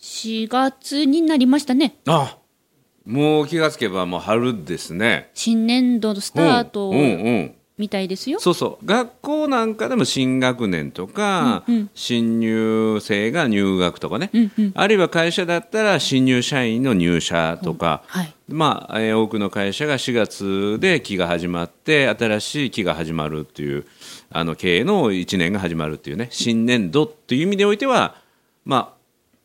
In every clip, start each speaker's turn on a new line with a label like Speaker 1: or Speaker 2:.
Speaker 1: 4月になりましたね
Speaker 2: あもう気がつけばもう春ですね
Speaker 1: 新年度のスタート
Speaker 2: うんうんうん
Speaker 1: みたいですよ、
Speaker 2: そうそう学校なんかでも新学年とか、
Speaker 1: うんうん
Speaker 2: 新入生が入学とかね、
Speaker 1: うんうん
Speaker 2: あるいは会社だったら新入社員の入社とか、
Speaker 1: はい
Speaker 2: まあえー多くの会社が4月で期が始まって新しい期が始まるっていうあの経営の1年が始まるっていうね新年度っていう意味においては、まあ、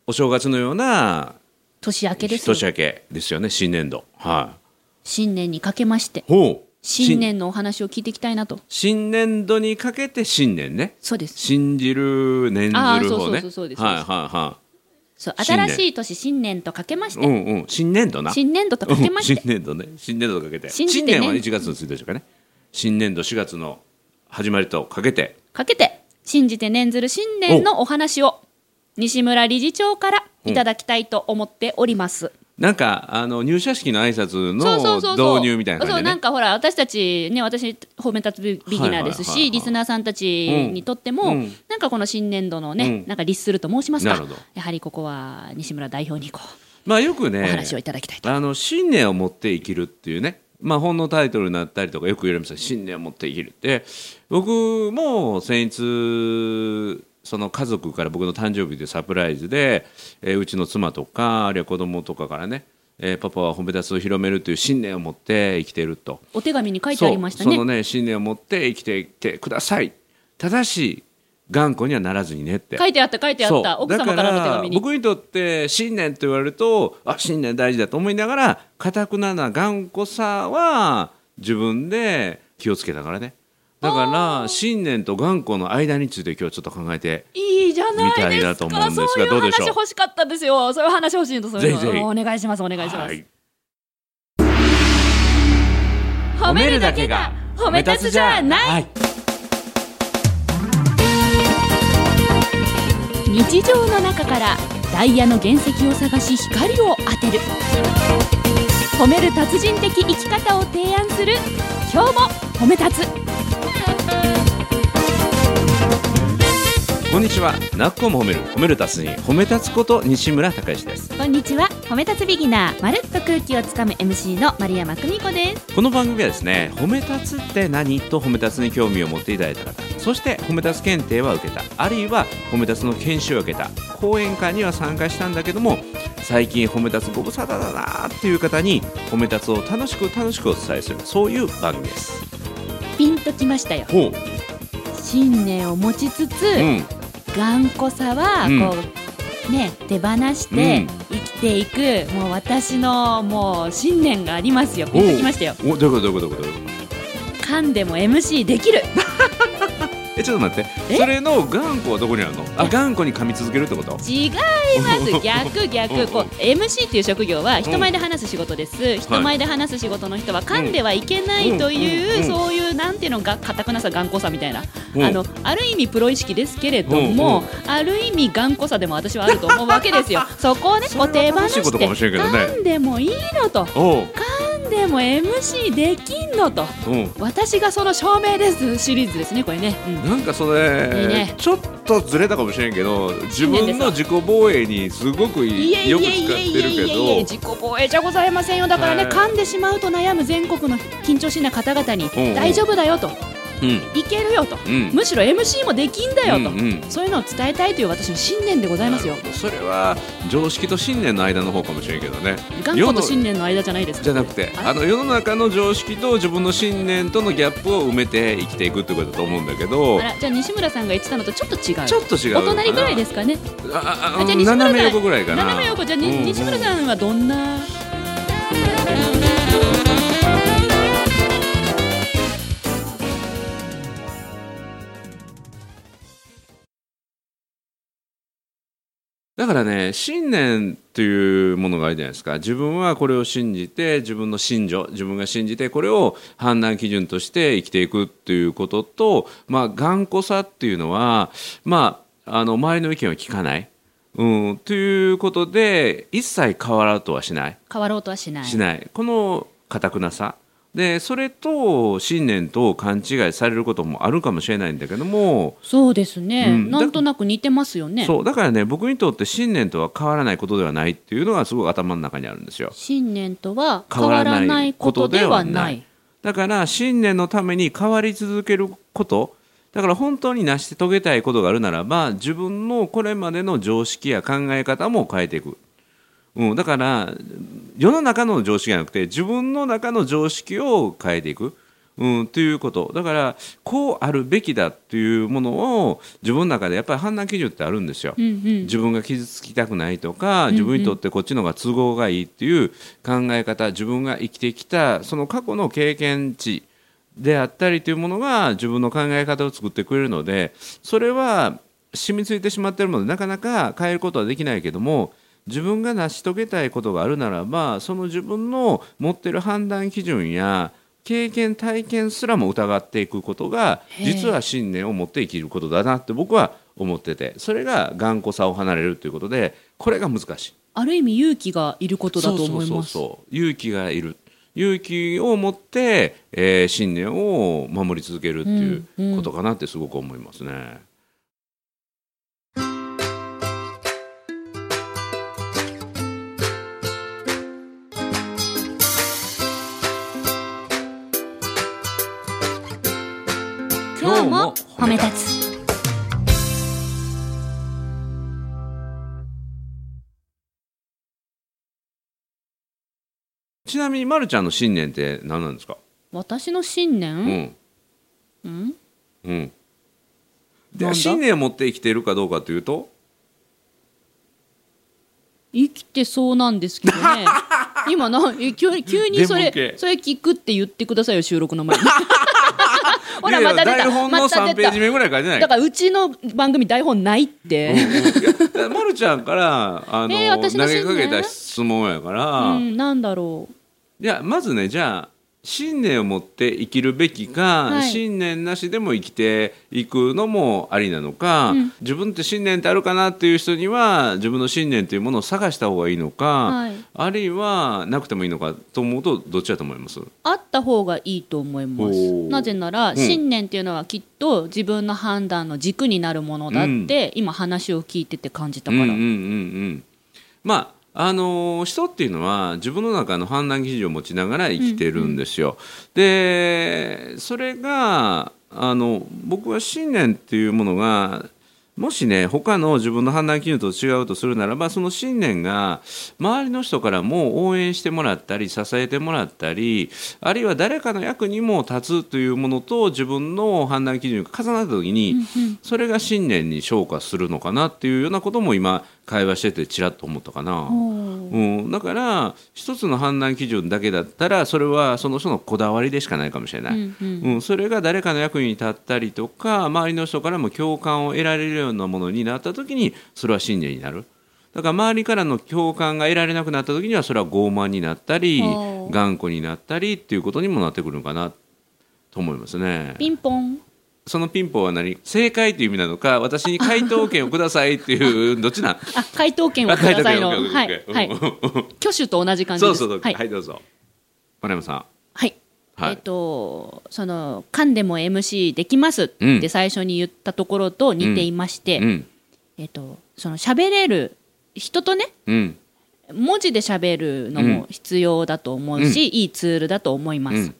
Speaker 2: お正月のような
Speaker 1: 年明けですよ
Speaker 2: 年明けですよね新年度。はい
Speaker 1: 新年にかけまして
Speaker 2: ほう
Speaker 1: 新年のお話を聞いていきたいなと
Speaker 2: 新年度にかけて新年ね。
Speaker 1: そうです
Speaker 2: 信じる念
Speaker 1: あ
Speaker 2: ず
Speaker 1: ー
Speaker 2: る
Speaker 1: そう
Speaker 2: 方
Speaker 1: そう
Speaker 2: ね
Speaker 1: そうそうです
Speaker 2: はいは
Speaker 1: そう
Speaker 2: 新年
Speaker 1: 新しい年新年とかけまし
Speaker 2: いはい
Speaker 1: て
Speaker 2: うんうん新年度な
Speaker 1: 新年度とかけまし
Speaker 2: うん
Speaker 1: て
Speaker 2: 新年度ね新年度かけて
Speaker 1: 信じ
Speaker 2: 新
Speaker 1: てね
Speaker 2: 年は1月の1日かね新年度4月の始まりとかけて
Speaker 1: かけて信じて念ずる新年のお話を西村理事長からいただきたいと思っております
Speaker 2: なんかあの入社式の挨拶
Speaker 1: そうそうそうそ
Speaker 2: の
Speaker 1: う
Speaker 2: 導入みたいな感
Speaker 1: そう
Speaker 2: じ
Speaker 1: な
Speaker 2: で
Speaker 1: ん
Speaker 2: ね
Speaker 1: かほら私たちね私ホーメンタツビギナーですし、
Speaker 2: はいはいはいはい
Speaker 1: リスナーさんたちにとっても、
Speaker 2: うんうん
Speaker 1: なんかこの新年度のね、
Speaker 2: うん
Speaker 1: なんか律すると申しますか
Speaker 2: なるほど
Speaker 1: やはりここは西村代表にこ
Speaker 2: まあよく
Speaker 1: うお
Speaker 2: ね
Speaker 1: 話をいただきたいと、
Speaker 2: あの信念を持って生きるっていうねまあ本のタイトルになったりとかよく言われますよ信念を持って生きるって僕も先日その家族から僕の誕生日でサプライズで、えーうちの妻とかあるいは子供とかからね、えーパパは褒め立つを広めるという信念を持って生きてると
Speaker 1: お手紙に書いてありました
Speaker 2: そう
Speaker 1: ね
Speaker 2: そのね信念を持って生きていってくださいただし頑固にはならずにねって
Speaker 1: 書いてあった書いてあった
Speaker 2: そう
Speaker 1: 奥様からの手紙
Speaker 2: だ
Speaker 1: に
Speaker 2: から僕にとって信念と言われるとあ信念大事だと思いながらかたくなな頑固さは自分で気をつけたからねだから信念と頑固の間について今日ちょっと考えて
Speaker 1: いいじゃない
Speaker 2: みた
Speaker 1: で
Speaker 2: いだ
Speaker 1: す
Speaker 2: と
Speaker 1: か
Speaker 2: 思うんですが
Speaker 1: そういう
Speaker 2: どうでしょ
Speaker 1: 話
Speaker 2: う
Speaker 1: 欲しかったですよそういう話欲しいんですそういうの
Speaker 2: ぜひぜひ
Speaker 1: お願いしますお願いします、
Speaker 2: はい
Speaker 1: 褒めるだけが褒め立つじゃない
Speaker 2: はい
Speaker 1: 日常の中からダイヤの原石を探し光を当てる褒める達人的生き方を提案する今日も褒め立つ
Speaker 2: こんにちはなっこも褒める褒めるたすに褒め立つこと西村孝之です
Speaker 1: こんにちは褒め立つビギナーまるっと空気をつかむ MC の丸山久美子です
Speaker 2: この番組はですね褒め立つって何と褒め立つに興味を持っていただいた方そして褒め立つ検定は受けたあるいは褒め立つの研修を受けた講演会には参加したんだけども最近褒め立つご無沙汰だなっていう方に褒め立つを楽しく楽しくお伝えするそういう番組です
Speaker 1: ピンときましたよ
Speaker 2: ほう、
Speaker 1: 信念を持ちつつ、
Speaker 2: うん、
Speaker 1: 頑固さは
Speaker 2: うん
Speaker 1: こう、ね手放して生きていく、もう私のもう信念がありますよピンときましたよ
Speaker 2: おどういうことどういうことどういうこと
Speaker 1: 噛んでも MC できる
Speaker 2: えちょっと待っ
Speaker 1: え
Speaker 2: てそれの頑固はどこにあるのあ頑固に噛み続けるってこと
Speaker 1: 違い ます逆
Speaker 2: うんうん
Speaker 1: 逆こう MC っていう職業は人前で話す仕事です人前で話す仕事の人は噛んではいけないという
Speaker 2: うんうんうん
Speaker 1: そういうなんていうのが固くなさ頑固さみたいな
Speaker 2: うん
Speaker 1: あのある意味プロ意識ですけれどもある意味頑固さでも私はあると思うわけ ですよそこをね
Speaker 2: それ
Speaker 1: こ
Speaker 2: は
Speaker 1: う手放
Speaker 2: 楽しい
Speaker 1: し
Speaker 2: こ
Speaker 1: て
Speaker 2: とかもしれんけどね
Speaker 1: 噛んでもいいのと
Speaker 2: おう
Speaker 1: 噛んでも MC できんのと
Speaker 2: うん
Speaker 1: 私がその証明ですシリーズですねこれね、うん
Speaker 2: なんかそれ
Speaker 1: いいね
Speaker 2: ちょっとずれたかもしれんけど自分の自己防衛にすごくい
Speaker 1: いえいえ
Speaker 2: よく
Speaker 1: い
Speaker 2: 使っ
Speaker 1: えいえ
Speaker 2: てる
Speaker 1: いえいえ
Speaker 2: けど
Speaker 1: 自己防衛じゃございませんよだからね、
Speaker 2: はい
Speaker 1: 噛んでしまうと悩む全国の緊張しない方々に
Speaker 2: うんうん
Speaker 1: 大丈夫だよと
Speaker 2: うん
Speaker 1: いけるよと
Speaker 2: うん
Speaker 1: むしろ MC もできんだよと、
Speaker 2: うんうん
Speaker 1: そういうのを伝えたいという私の信念でございますよ
Speaker 2: なるほどそれは常識と信念の間の方かもしれんけどね
Speaker 1: 頑固と
Speaker 2: 世の
Speaker 1: 信念の間じゃないです
Speaker 2: じゃ
Speaker 1: か
Speaker 2: なくて
Speaker 1: あれ
Speaker 2: あの世の中の常識と自分の信念とのギャップを埋めて生きていくってことだと思うんだけど
Speaker 1: あらじゃあ西村さんが言ってたのとちょっと違う
Speaker 2: ちょっと違う
Speaker 1: お隣ぐらいですすかね
Speaker 2: ああ
Speaker 1: あじゃあ西村さん
Speaker 2: 斜め横ぐらいかな
Speaker 1: 斜め横じゃあ、
Speaker 2: う
Speaker 1: に
Speaker 2: んうん
Speaker 1: 西村さんはどんな
Speaker 2: だからね信念というものがあるじゃないですか自分はこれを信じて自分の信条自分が信じてこれを判断基準として生きていくっていうことと、まあ、頑固さっていうのは、まあ、あの周りの意見を聞かない、うん、ということで一切変わらうとはしない
Speaker 1: 変わろうとはしない
Speaker 2: しないこのかたくなさでそれと信念と勘違いされることもあるかもしれないんだけども、
Speaker 1: そうですね、
Speaker 2: うん
Speaker 1: なんとなく似てますよね
Speaker 2: そうだからね僕にとって信念とは変わらないことではないっていうのがすごい頭の中にあるんですよ。
Speaker 1: 信念とは変
Speaker 2: 変
Speaker 1: わ
Speaker 2: わ
Speaker 1: ら
Speaker 2: ら
Speaker 1: な
Speaker 2: ないい
Speaker 1: こ
Speaker 2: ことと
Speaker 1: で
Speaker 2: で
Speaker 1: は
Speaker 2: は
Speaker 1: な
Speaker 2: ないいだから信念のために変わり続けることだから本当に成し遂げたいことがあるならば自分のこれまでの常識や考え方も変えていく、うん、だから世の中の常識じゃなくて自分の中の常識を変えていく。うん、ということだからこうあるべきだっていうものを自分の中でやっぱり判断基準ってあるんですよ。
Speaker 1: うんうん
Speaker 2: 自分が傷つきたくないとか自分にとってこっちの方が都合がいいっていう考え方自分が生きてきたその過去の経験値であったりというものが自分の考え方を作ってくれるのでそれは染みついてしまっているのでなかなか変えることはできないけども自分が成し遂げたいことがあるならばその自分の持ってる判断基準や経験体験すらも疑っていくことが
Speaker 1: へえ
Speaker 2: 実は信念を持って生きることだなって僕は思っててそれが頑固さを離れるということでこれが難しい。
Speaker 1: ある意味勇気がいることだと思い
Speaker 2: そうそう
Speaker 1: ます
Speaker 2: そうそう勇気がいる勇気を持って、えー信念を守り続けるってい
Speaker 1: んう
Speaker 2: うんうことかなってすごく思いますね。
Speaker 1: 今日も褒め立つ
Speaker 2: ちなみにまるちゃんの信念って何なんですか？
Speaker 1: 私の信
Speaker 2: う
Speaker 1: 念、
Speaker 2: ん
Speaker 1: うん、
Speaker 2: うん。
Speaker 1: なんだ
Speaker 2: で信念を持って生きているかどうかというと、
Speaker 1: 生きてそうなんですけど ね今なえ急に急にそ
Speaker 2: デモ
Speaker 1: れ
Speaker 2: 系
Speaker 1: それ聞くって言ってくださいよ収録の 前に ほら
Speaker 2: いや
Speaker 1: ま
Speaker 2: いや
Speaker 1: た出
Speaker 2: 台
Speaker 1: た
Speaker 2: 本の
Speaker 1: また
Speaker 2: 3
Speaker 1: 出
Speaker 2: ペー
Speaker 1: た
Speaker 2: ジ目ぐらい書いてない
Speaker 1: だ。からうちの番組台本ないって、
Speaker 2: いやまるちゃんからあの、
Speaker 1: えー私の
Speaker 2: 投
Speaker 1: 信
Speaker 2: げ
Speaker 1: 念
Speaker 2: かけた質問やから、
Speaker 1: うん、なんだろう
Speaker 2: いやまずねじゃあ信念を持って生きるべきか、
Speaker 1: はい
Speaker 2: 信念なしでも生きていくのもありなのか、
Speaker 1: うん
Speaker 2: 自分って信念ってあるかなっていう人には自分の信念というものを探した方がいいのか、
Speaker 1: はい
Speaker 2: あるいはなくてもいいのかと思うとどっちだと思います
Speaker 1: あった方がいいと思いま
Speaker 2: お
Speaker 1: す
Speaker 2: ー
Speaker 1: なぜなら、
Speaker 2: ん
Speaker 1: 信念っていうのはきっと自分の判断の軸になるものだって、今話を聞いてて感じたから、
Speaker 2: うんうんうんうんまああのー人っていうのは自分の中の判断基準を持ちながら生きてるんですよ。でそれがあの僕は信念っていうものがもしね他の自分の判断基準と違うとするならばその信念が周りの人からも応援してもらったり支えてもらったりあるいは誰かの役にも立つというものと自分の判断基準が重なった時に、それが信念に昇華するのかなっていうようなことも今会話しててちらっと思ったかな。うん、だから一つの判断基準だけだったらそれはその人のこだわりでしかないかもしれな
Speaker 1: う
Speaker 2: い、
Speaker 1: んうん
Speaker 2: うん、それが誰かの役に立ったりとか周りの人からも共感を得られるようなものになった時にそれは信念になるだから周りからの共感が得られなくなった時にはそれは傲慢になったり
Speaker 1: おー
Speaker 2: 頑固になったりっていうことにもなってくるのかなと思いますね
Speaker 1: ピンポン
Speaker 2: そのピンポンは何正解という意味なのか私に回答権をくださいっていうどっちなん
Speaker 1: あ 回答権をくださいの
Speaker 2: あ回答権
Speaker 1: はい
Speaker 2: OK OK
Speaker 1: はい挙手と同じ感じ
Speaker 2: そ
Speaker 1: で
Speaker 2: う
Speaker 1: す
Speaker 2: そうそう
Speaker 1: は
Speaker 2: はいい、どうぞ丸山さん
Speaker 1: はい
Speaker 2: はい
Speaker 1: えっとその「噛んでも MC できます」って最初に言ったところと似ていまして、
Speaker 2: うん
Speaker 1: えっとその喋れる人とね
Speaker 2: うん
Speaker 1: 文字で喋るのも必要だと思うし、いいツールだと思います、
Speaker 2: うん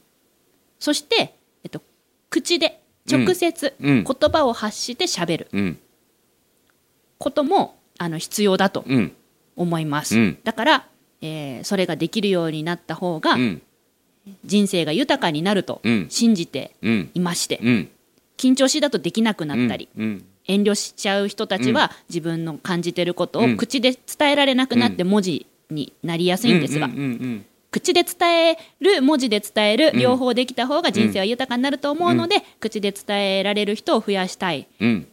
Speaker 1: そして、えっと、口で直接
Speaker 2: うんう
Speaker 1: 言
Speaker 2: ん
Speaker 1: 葉を発して喋る
Speaker 2: うん
Speaker 1: こともあの必要だと
Speaker 2: うん
Speaker 1: 思います、
Speaker 2: うん
Speaker 1: だから、えーそれができるようになった方が
Speaker 2: うん
Speaker 1: 人生が豊かになると
Speaker 2: うん
Speaker 1: 信じて
Speaker 2: うん
Speaker 1: いまして
Speaker 2: うん
Speaker 1: 緊張しだとできなくなったり、
Speaker 2: うん
Speaker 1: 遠慮しちゃう人たちは自分の感じてることを口で伝えられなくなって文字になりやすいんですが
Speaker 2: うんうんうん
Speaker 1: 口で伝える文字で伝える両方できた方が人生は豊かになると思うので、口で伝えられる人を増やしたいっ
Speaker 2: うん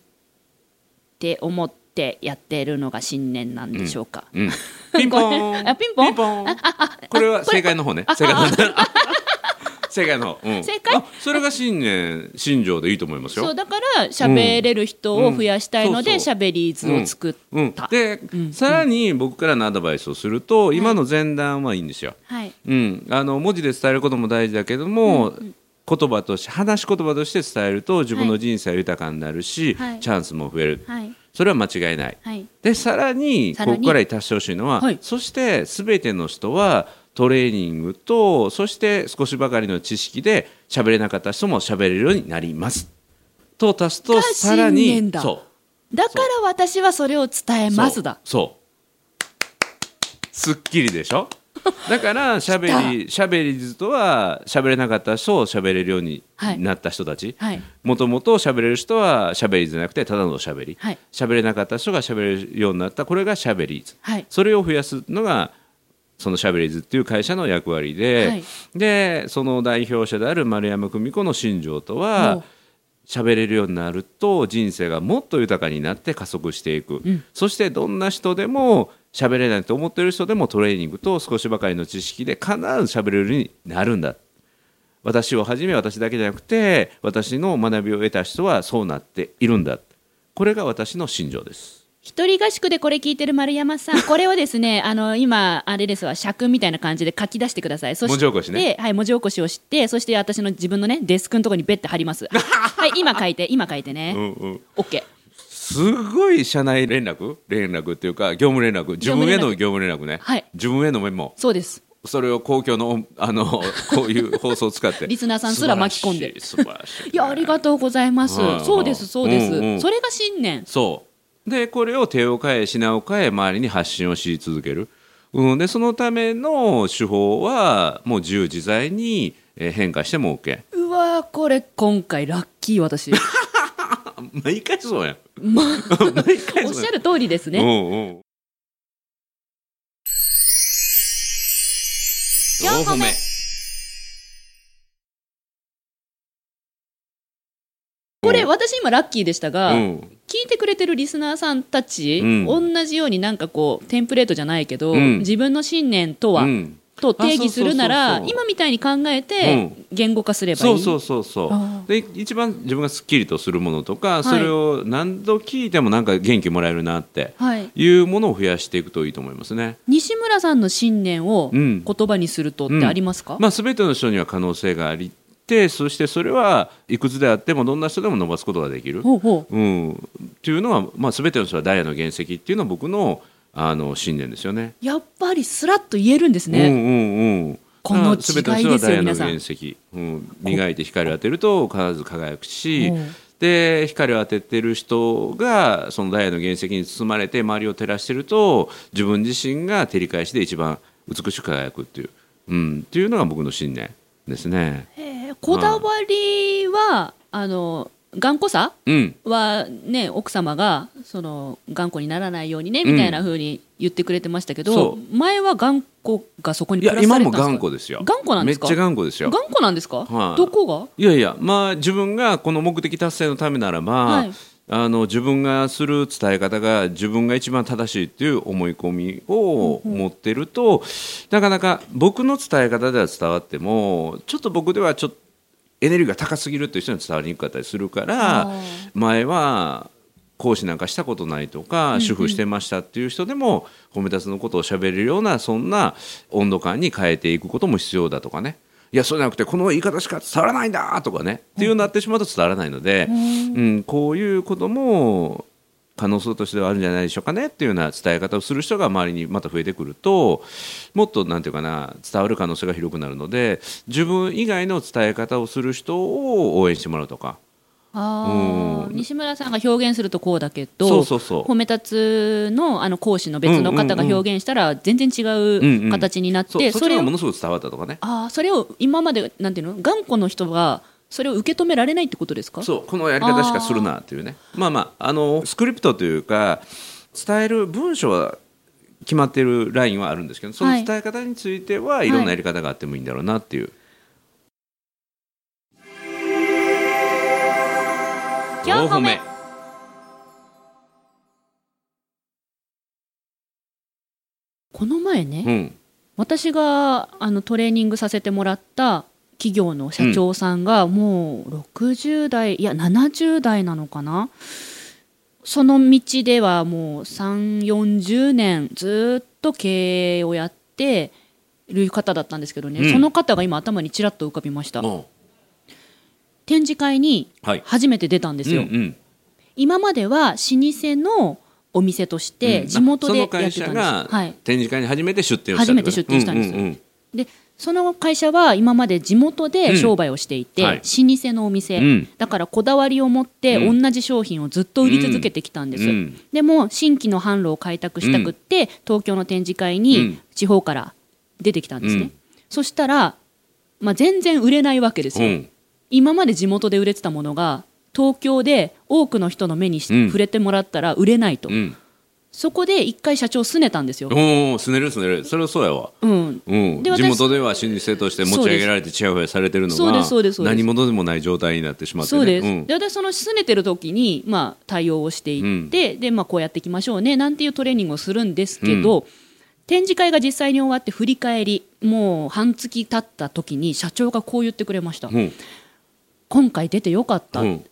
Speaker 1: て思ってやってるのが信念なんでしょうか、
Speaker 2: うん ピンポーン
Speaker 1: あピンポン
Speaker 2: これは正解の方ね正解の方正解の、うん
Speaker 1: 正解
Speaker 2: あそれが信念信条でいいと思います
Speaker 1: そう
Speaker 2: よ
Speaker 1: だから喋れる人を増やしたいの
Speaker 2: う
Speaker 1: で
Speaker 2: んそうそ
Speaker 1: 喋りーズを作った、
Speaker 2: うん、で、さらに僕からのアドバイスをすると、今の前段はいいんですよ、
Speaker 1: はい
Speaker 2: うん、あの文字で伝えることも大事だけども、言葉として話し言葉として伝えると自分の人生は豊かになるし、
Speaker 1: はい
Speaker 2: チャンスも増える、
Speaker 1: はい
Speaker 2: それは間違いない。
Speaker 1: はい
Speaker 2: でさらに
Speaker 1: さらに
Speaker 2: ここから足してほしいのは、
Speaker 1: はい
Speaker 2: そして全ての人はトレーニングとそして少しばかりの知識で喋れなかった人も喋れるようになります。と足すと
Speaker 1: が
Speaker 2: さらに
Speaker 1: 信念だ
Speaker 2: そう
Speaker 1: だから私はそれを伝えますだ
Speaker 2: そうそうすっきりでしょだ からしゃべりしゃべりずとはしゃべれなかった人をしゃべれるように
Speaker 1: はい
Speaker 2: なった人たち
Speaker 1: はい
Speaker 2: もともとしゃべれる人はしゃべりずじゃなくてただのしゃべり
Speaker 1: はい
Speaker 2: しゃべれなかった人がしゃべれるようになったこれがしゃべりず
Speaker 1: はい
Speaker 2: それを増やすのがそのしゃべりずっていう会社の役割で、
Speaker 1: はい
Speaker 2: でその代表者である丸山久美子の信条と
Speaker 1: おう
Speaker 2: は喋れるようになると人生がもっと豊かになって加速していく、そしてどんな人でも喋れないと思っている人でもトレーニングと少しばかりの知識で必ず喋れるようになるんだ私をはじめ私だけじゃなくて私の学びを得た人はそうなっているんだこれが私の信条です。
Speaker 1: 一人合宿でこれ聞いてる丸山 さん、これをですね、あの、今、あれですわ、尺みたいな感じで書き出してください。そして、
Speaker 2: 文字起こしね
Speaker 1: はい、文字起こしをして、そして私の自分のね、デスクのところにベッて貼り ます。はい、今書いて、今書いて
Speaker 2: う
Speaker 1: ね。
Speaker 2: んうん
Speaker 1: OK。
Speaker 2: すごい社内連絡連絡っていうか業務連絡自分への業務連絡ね
Speaker 1: はい
Speaker 2: 自分へのメモ
Speaker 1: そうです。
Speaker 2: それを公共のあ のこういう放送を使って
Speaker 1: リスナーさんすら巻き込んで
Speaker 2: 素晴らしい素晴らしいね、
Speaker 1: いや、ありがとうございます
Speaker 2: は。い
Speaker 1: そうです、そうです。
Speaker 2: うんうん
Speaker 1: それが信念。
Speaker 2: そうでこれを手を変え品を変え周りに発信をし続ける、うん、でそのための手法はもう自由自在にえー変化しても OK
Speaker 1: うわー、これ、今回、ラッキー、 私。
Speaker 2: 毎回そうやん
Speaker 1: まあ
Speaker 2: 毎回
Speaker 1: おっ
Speaker 2: そう
Speaker 1: し
Speaker 2: や
Speaker 1: ゃ
Speaker 2: ん
Speaker 1: る通りですね。
Speaker 2: うんうん
Speaker 1: 四歩目これ、私今、ラッキーでしたが、
Speaker 2: うん
Speaker 1: 聞いてくれてるリスナーさんたち、
Speaker 2: うん
Speaker 1: 同じようになんかこうテンプレートじゃないけど、
Speaker 2: うん
Speaker 1: 自分の信念とは、
Speaker 2: うん
Speaker 1: と定義するな
Speaker 2: あ
Speaker 1: ら
Speaker 2: そうそうそうそう
Speaker 1: 今みたいに考えて
Speaker 2: う
Speaker 1: 言語化すればいい、
Speaker 2: そうそうそう
Speaker 1: あ
Speaker 2: そうで一番自分がすっきりとするものとか、
Speaker 1: い
Speaker 2: それを何度聞いてもなんか元気もらえるなって
Speaker 1: はい、
Speaker 2: いうものを増やしていくといいと思いますね。
Speaker 1: 西村さんの信念を
Speaker 2: うん
Speaker 1: 言葉にするとってありますか、
Speaker 2: まあ、全ての人には可能性がありってそしてそれはいくつであってもどんな人でも伸ばすことができる、
Speaker 1: ほうほう
Speaker 2: うん、っていうのは、まあ、全ての人はダイヤの原石っていうのは僕のあの信念ですよね。
Speaker 1: やっぱりスラッと言えるんです
Speaker 2: う
Speaker 1: ね、
Speaker 2: んうんうん
Speaker 1: この違い
Speaker 2: あ全ての人は
Speaker 1: ですよ
Speaker 2: ダイヤの
Speaker 1: 皆さん
Speaker 2: 原石、うん、磨いて光を当てると必ず輝くし
Speaker 1: おう
Speaker 2: で光を当ててる人がそのダイヤの原石に包まれて周りを照らしてると自分自身が照り返しで一番美しく輝くっていう、うん、っていうのが僕の信念ですね。
Speaker 1: えーこだわりはあの頑固さ
Speaker 2: うん
Speaker 1: はね奥様がその頑固にならないようにね
Speaker 2: うん
Speaker 1: みたいな風に言ってくれてましたけど、
Speaker 2: そ
Speaker 1: 前は頑固がそこに
Speaker 2: い
Speaker 1: プラ
Speaker 2: や
Speaker 1: スされ
Speaker 2: 今
Speaker 1: たんですか
Speaker 2: も頑固ですよ
Speaker 1: 頑固なんですか
Speaker 2: めっちゃ頑固ですよ
Speaker 1: 頑固なんですか、
Speaker 2: はい
Speaker 1: どこ
Speaker 2: いやいや、まあ、自分がこの目的達成のためならば、
Speaker 1: はい
Speaker 2: あの自分がする伝え方が自分が一番正しいっていう思い込みを持ってると、なかなか僕の伝え方では伝わってもちょっと僕ではちょっとエネルギーが高すぎるっていう人には伝わりにくかったりするから
Speaker 1: あー
Speaker 2: 前は講師なんかしたことないとか、主婦してましたっていう人でも褒め立つのことを喋れるようなそんな温度感に変えていくことも必要だとかねいやそうじゃなくてこの言い方しか伝わらないんだとかね、っていうようになってしまうと伝わらないので、うん、こういうことも可能性としてはあるんじゃないでしょうかねっていうような伝え方をする人が周りにまた増えてくるともっとなんていうかな伝わる可能性が広くなるので自分以外の伝え方をする人を応援してもらうとか
Speaker 1: があー
Speaker 2: うん
Speaker 1: 西村さんが表現するとこうだけど
Speaker 2: そうそうそう
Speaker 1: 褒め立つのあの講師の別の方が表現したら全然違
Speaker 2: んう
Speaker 1: うん形になって、
Speaker 2: そうそっ
Speaker 1: そ
Speaker 2: ち
Speaker 1: れ
Speaker 2: が
Speaker 1: を
Speaker 2: ものすごく伝わったとかね
Speaker 1: あーそれを今までなんていうの頑固の人がそれを受け止められないってことですか
Speaker 2: そうこのやり方しかするなっていうねまあまああのスクリプトというか伝える文章は決まってるラインはあるんですけどその
Speaker 1: はい
Speaker 2: 伝え方についてはいろんなやり方があってもいいんだろうなっていう、
Speaker 1: 四歩目この前ね、
Speaker 2: うん
Speaker 1: 私があのトレーニングさせてもらった企業の社長さんがもう60代、いや70代なのかなその道ではもう3 4 0年ずっと経営をやってる方だったんですけどね、
Speaker 2: うん
Speaker 1: その方が今頭にちらっと浮かびました
Speaker 2: うん
Speaker 1: 展示会に
Speaker 2: はい
Speaker 1: 初めて出たんですよ、
Speaker 2: うんうん
Speaker 1: 今までは老舗のお店とし
Speaker 2: う
Speaker 1: て
Speaker 2: ん
Speaker 1: 地元でや
Speaker 2: そ
Speaker 1: って
Speaker 2: の
Speaker 1: たんで
Speaker 2: 会
Speaker 1: す、
Speaker 2: 社が
Speaker 1: はい、
Speaker 2: 展示会に初めて出店をしたってこと
Speaker 1: 初めて出店したんです
Speaker 2: うう
Speaker 1: でその会社は今まで地元で商売をしていて、
Speaker 2: うんはい
Speaker 1: 老舗のお店、
Speaker 2: うん
Speaker 1: だからこだわりを持って
Speaker 2: う
Speaker 1: 同じ商品をずっと売り続けてきたんです、
Speaker 2: うん
Speaker 1: でも新規の販路を開拓したくって、東京の展示会
Speaker 2: う
Speaker 1: に
Speaker 2: ん
Speaker 1: 地方から出てきたんですね、
Speaker 2: うん
Speaker 1: そしたら、まあ、全然売れないわけです
Speaker 2: う
Speaker 1: よ、
Speaker 2: ん
Speaker 1: 今まで地元で売れてたものが東京で多くの人の目にし、
Speaker 2: うん
Speaker 1: 触れてもらったら売れないと、
Speaker 2: うん
Speaker 1: そこで一回社長拗ねたんですよ、
Speaker 2: おおすねるすねるそれはそうやわ
Speaker 1: うん、
Speaker 2: うん、
Speaker 1: で
Speaker 2: 地
Speaker 1: 私
Speaker 2: 元では老舗として持ち上げられてちやほやされてるの
Speaker 1: そうですそうで
Speaker 2: が
Speaker 1: すそうです
Speaker 2: 何者でもない状態になってしまって、ね、
Speaker 1: そうです、
Speaker 2: ん
Speaker 1: で私その拗ねてる時にまあ対応をしていって、でまあこうやっていきましょうねなんていうトレーニングをするんですけど、展示会が実際に終わって振り返りもう半月経った時に社長がこう言ってくれました、
Speaker 2: うん
Speaker 1: 今回出てよかった、
Speaker 2: うん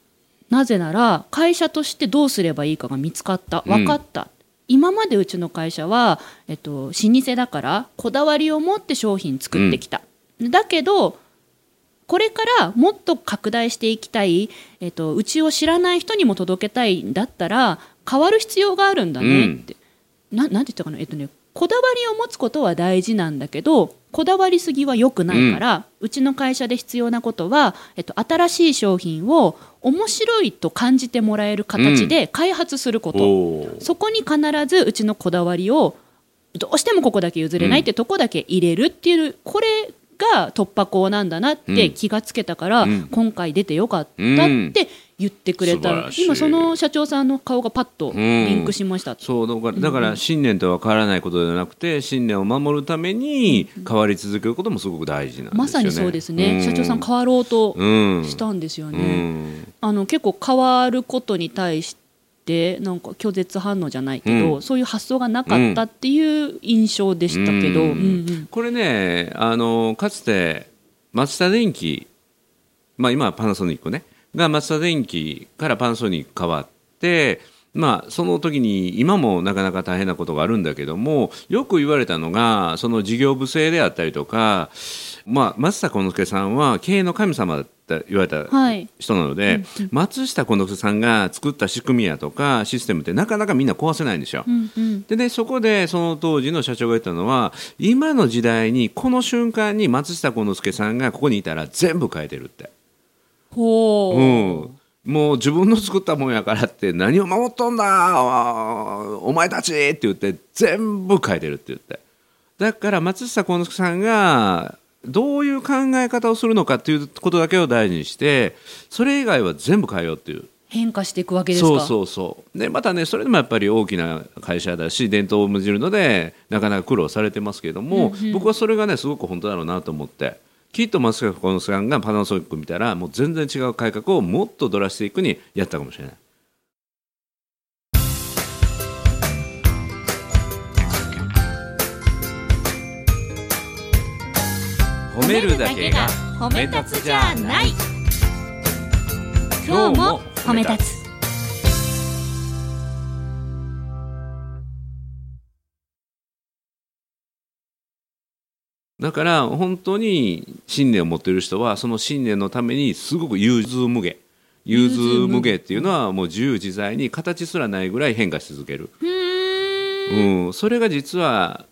Speaker 1: なぜなら会社としてどうすればいいかが見つかった
Speaker 2: う
Speaker 1: 分
Speaker 2: ん
Speaker 1: かった、今までうちの会社は、えっと、老舗だからこだわりを持って商品作ってきた、だけどこれからもっと拡大していきたい、えっと、うちを知らない人にも届けたいんだったら変わる必要があるんだねって、ななんて言ったかなえっとねこだわりを持つことは大事なんだけどこだわりすぎは良くないから、うちの会社で必要なことは、えっと、新しい商品を面白いと感じてもらえる形で開発すること、
Speaker 2: おー
Speaker 1: そこに必ずうちのこだわりをどうしてもここだけ譲れないってとこだけ入れるっていうこれが突破口なんだなって気がつけたから、
Speaker 2: うん
Speaker 1: 今回出てよかったって言ってくれた、
Speaker 2: うん素晴らしい
Speaker 1: 今その社長さんの顔がパッとリンクしました、
Speaker 2: そうだからだから信念とは変わらないことではなくて信念を守るために変わり続けることもすごく大事なんですよね
Speaker 1: まさにそうですね、
Speaker 2: ん
Speaker 1: 社長さん変わろうと
Speaker 2: うん
Speaker 1: したんですよ
Speaker 2: う
Speaker 1: ね、
Speaker 2: ん
Speaker 1: あの結構変わることに対してなんか拒絶反応じゃないけど、
Speaker 2: うん
Speaker 1: そういう発想がなかったっていう印象でしたけど、
Speaker 2: う
Speaker 1: うんんうん
Speaker 2: これねあのかつて松田電機まあ今はパナソニックねが松田電機からパナソニック変わってまあその時に今もなかなか大変なことがあるんだけどもよく言われたのがその事業部制であったりとかまあ松下幸之助さんは経営の神様だって言われた
Speaker 1: はい
Speaker 2: 人なので、松下幸之助さんが作った仕組みやとかシステムってなかなかみんな壊せないんですよ。
Speaker 1: うんうん
Speaker 2: でね、そこでその当時の社長が言ったのは今の時代にこの瞬間に松下幸之助さんがここにいたら全部変えてるって、
Speaker 1: ほう、
Speaker 2: うん、もう自分の作ったもんやからって何を守っとんだおお前たちって言って全部変えてるって言ってだから松下幸之助さんがどういう考え方をするのかっていうことだけを大事にしてそれ以外は全部変えようっていう
Speaker 1: 変化していくわけですか
Speaker 2: そうそうそうでまたねそれでもやっぱり大きな会社だし伝統を無じるのでなかなか苦労されてますけども、僕はそれがねすごく本当だろうなと思ってきっと松坂幸之助さんがパナソニック見たらもう全然違う改革をもっとドラしていくにやったかもしれない。褒めるだけが褒め立つじゃない今日も褒め立
Speaker 1: つ
Speaker 2: だから本当に信念を持っている人はその信念のためにすごく融通無下融通無下っていうのはもう自由自在に形すらないぐらい変化し続ける、
Speaker 1: うーん
Speaker 2: うん、それが実は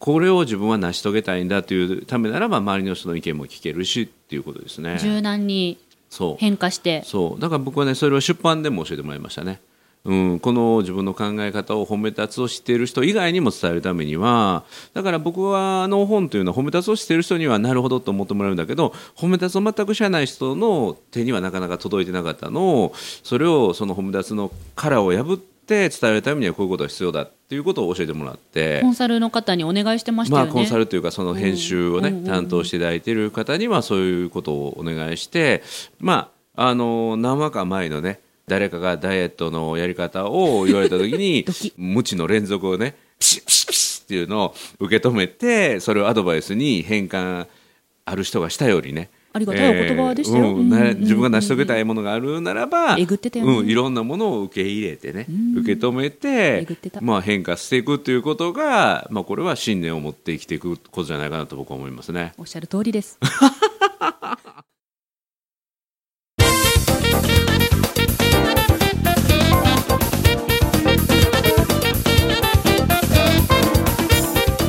Speaker 2: これを自分は成し遂げたいんだというためならば周りの人の意見も聞けるしっていうことですね。
Speaker 1: 柔軟に
Speaker 2: そう
Speaker 1: 変化して
Speaker 2: そうだから僕はねそれを出版でも教えてもらいましたね、うん、この自分の考え方を褒め立つを知っている人以外にも伝えるためにはだから僕はあの本というのは褒め立つを知っている人にはなるほどと思ってもらうんだけど褒め立つを全く知らない人の手にはなかなか届いてなかったのをそれをその褒め立つの殻を破って伝えるためにはこういうことが必要だっていうことを教えてもらって
Speaker 1: コンサルの方にお願いしてました
Speaker 2: ま
Speaker 1: よ
Speaker 2: あ、
Speaker 1: ね、
Speaker 2: コンサルというかその編集をね、
Speaker 1: うんうんうん
Speaker 2: 担当していただいている方にはそういうことをお願いして、まあ、あの何話か前のね誰かがダイエットのやり方を言われた時 に
Speaker 1: ドキッ
Speaker 2: 無知の連続をねピシッピシッピシッっていうのを受け止めてそれをアドバイスに変換ある人がしたよりね
Speaker 1: ありがたいお言葉でしたよ。
Speaker 2: えーうん
Speaker 1: うん
Speaker 2: な自分が成し遂げたいものがあるならば、
Speaker 1: えぐってたよね
Speaker 2: うん、いろんなものを受け入れてね、受け止め
Speaker 1: え
Speaker 2: て
Speaker 1: ぐってた
Speaker 2: まあ、変化していくということが、まあ、これは信念を持って生きていくことじゃないかなと僕は思いますね。
Speaker 1: おっしゃる通りです。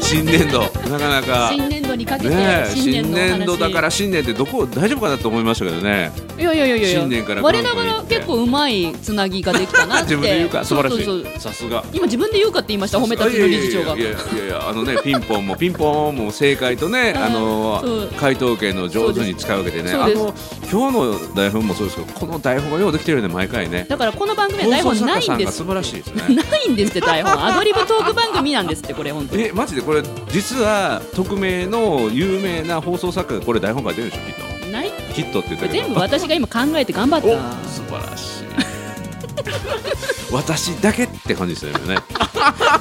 Speaker 2: 新年度なかなか
Speaker 1: 新年度にかけ
Speaker 2: ね
Speaker 1: て
Speaker 2: え
Speaker 1: 新年
Speaker 2: 新
Speaker 1: のお話
Speaker 2: 年度だから新年ってどこ大丈夫かなと思いましたけどね
Speaker 1: いやいやいやいや
Speaker 2: 新年から
Speaker 1: 我なが
Speaker 2: 韓
Speaker 1: ら
Speaker 2: 国に行って
Speaker 1: 結構うまいつなぎができたなって
Speaker 2: 自分で言うか素晴ら
Speaker 1: そ
Speaker 2: し
Speaker 1: うそうそ
Speaker 2: いうさすが
Speaker 1: 今自分で言うかって言いました褒めたつの理事長が
Speaker 2: いやいやいやいやいやあの ねピンポンもピンポンも正解とねあの
Speaker 1: そう
Speaker 2: 回答権の上手に使うわけでね
Speaker 1: そう
Speaker 2: あ
Speaker 1: です
Speaker 2: の今日の台本もそうですけどこの台本がようできてるよね毎回ね
Speaker 1: だからこの番組は台本ないん
Speaker 2: 放送作家さん
Speaker 1: で
Speaker 2: が
Speaker 1: す
Speaker 2: 素晴らしいですね
Speaker 1: ないんですって台本アドリブトーク番組なんですってこれ本当に
Speaker 2: えマジでこれ実は匿名の有名な放送作家がこれ台本書いてるでしょきっ
Speaker 1: ない
Speaker 2: ときっとって言っ
Speaker 1: こ
Speaker 2: た
Speaker 1: れ
Speaker 2: けど
Speaker 1: 全部私が今考えて頑張
Speaker 2: お
Speaker 1: っ
Speaker 2: 素晴らし い私だけって感じですよね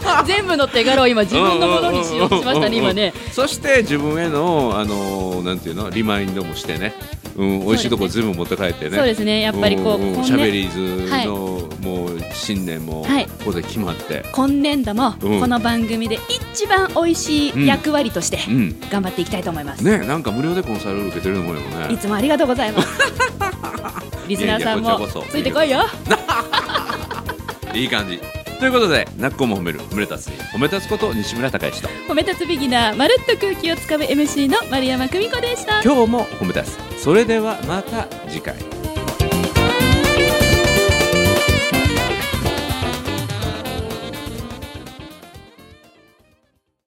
Speaker 1: た全部の手柄を今自分のものにしようとしましたね今ね
Speaker 2: そして自分へのあのなんていうのリマインドもしてね、うん、美味しいとこ全部持って帰ってね
Speaker 1: そうですねやっぱりこう
Speaker 2: うんうん
Speaker 1: こん
Speaker 2: しゃべ
Speaker 1: ね
Speaker 2: りーずの、もう新年も
Speaker 1: はい
Speaker 2: ここで決まって、
Speaker 1: 今年度も
Speaker 2: うん
Speaker 1: この番組で一番美味しい役割として
Speaker 2: うん
Speaker 1: 頑張っていきたいと思います
Speaker 2: ねなんか無料でコンサル受けてるのもよ
Speaker 1: い
Speaker 2: ね
Speaker 1: つもありがとうござい ます。リスナーさん
Speaker 2: いやい
Speaker 1: も
Speaker 2: やこちらこそ
Speaker 1: ついてこいよ。
Speaker 2: いい感じということでなっこも褒める褒め立つに褒め立つこと西村孝之と
Speaker 1: 褒め立つビギナー、まるっと空気をつかむ MC の丸山久美子でした。
Speaker 2: 今日も褒め立つそれではまた次回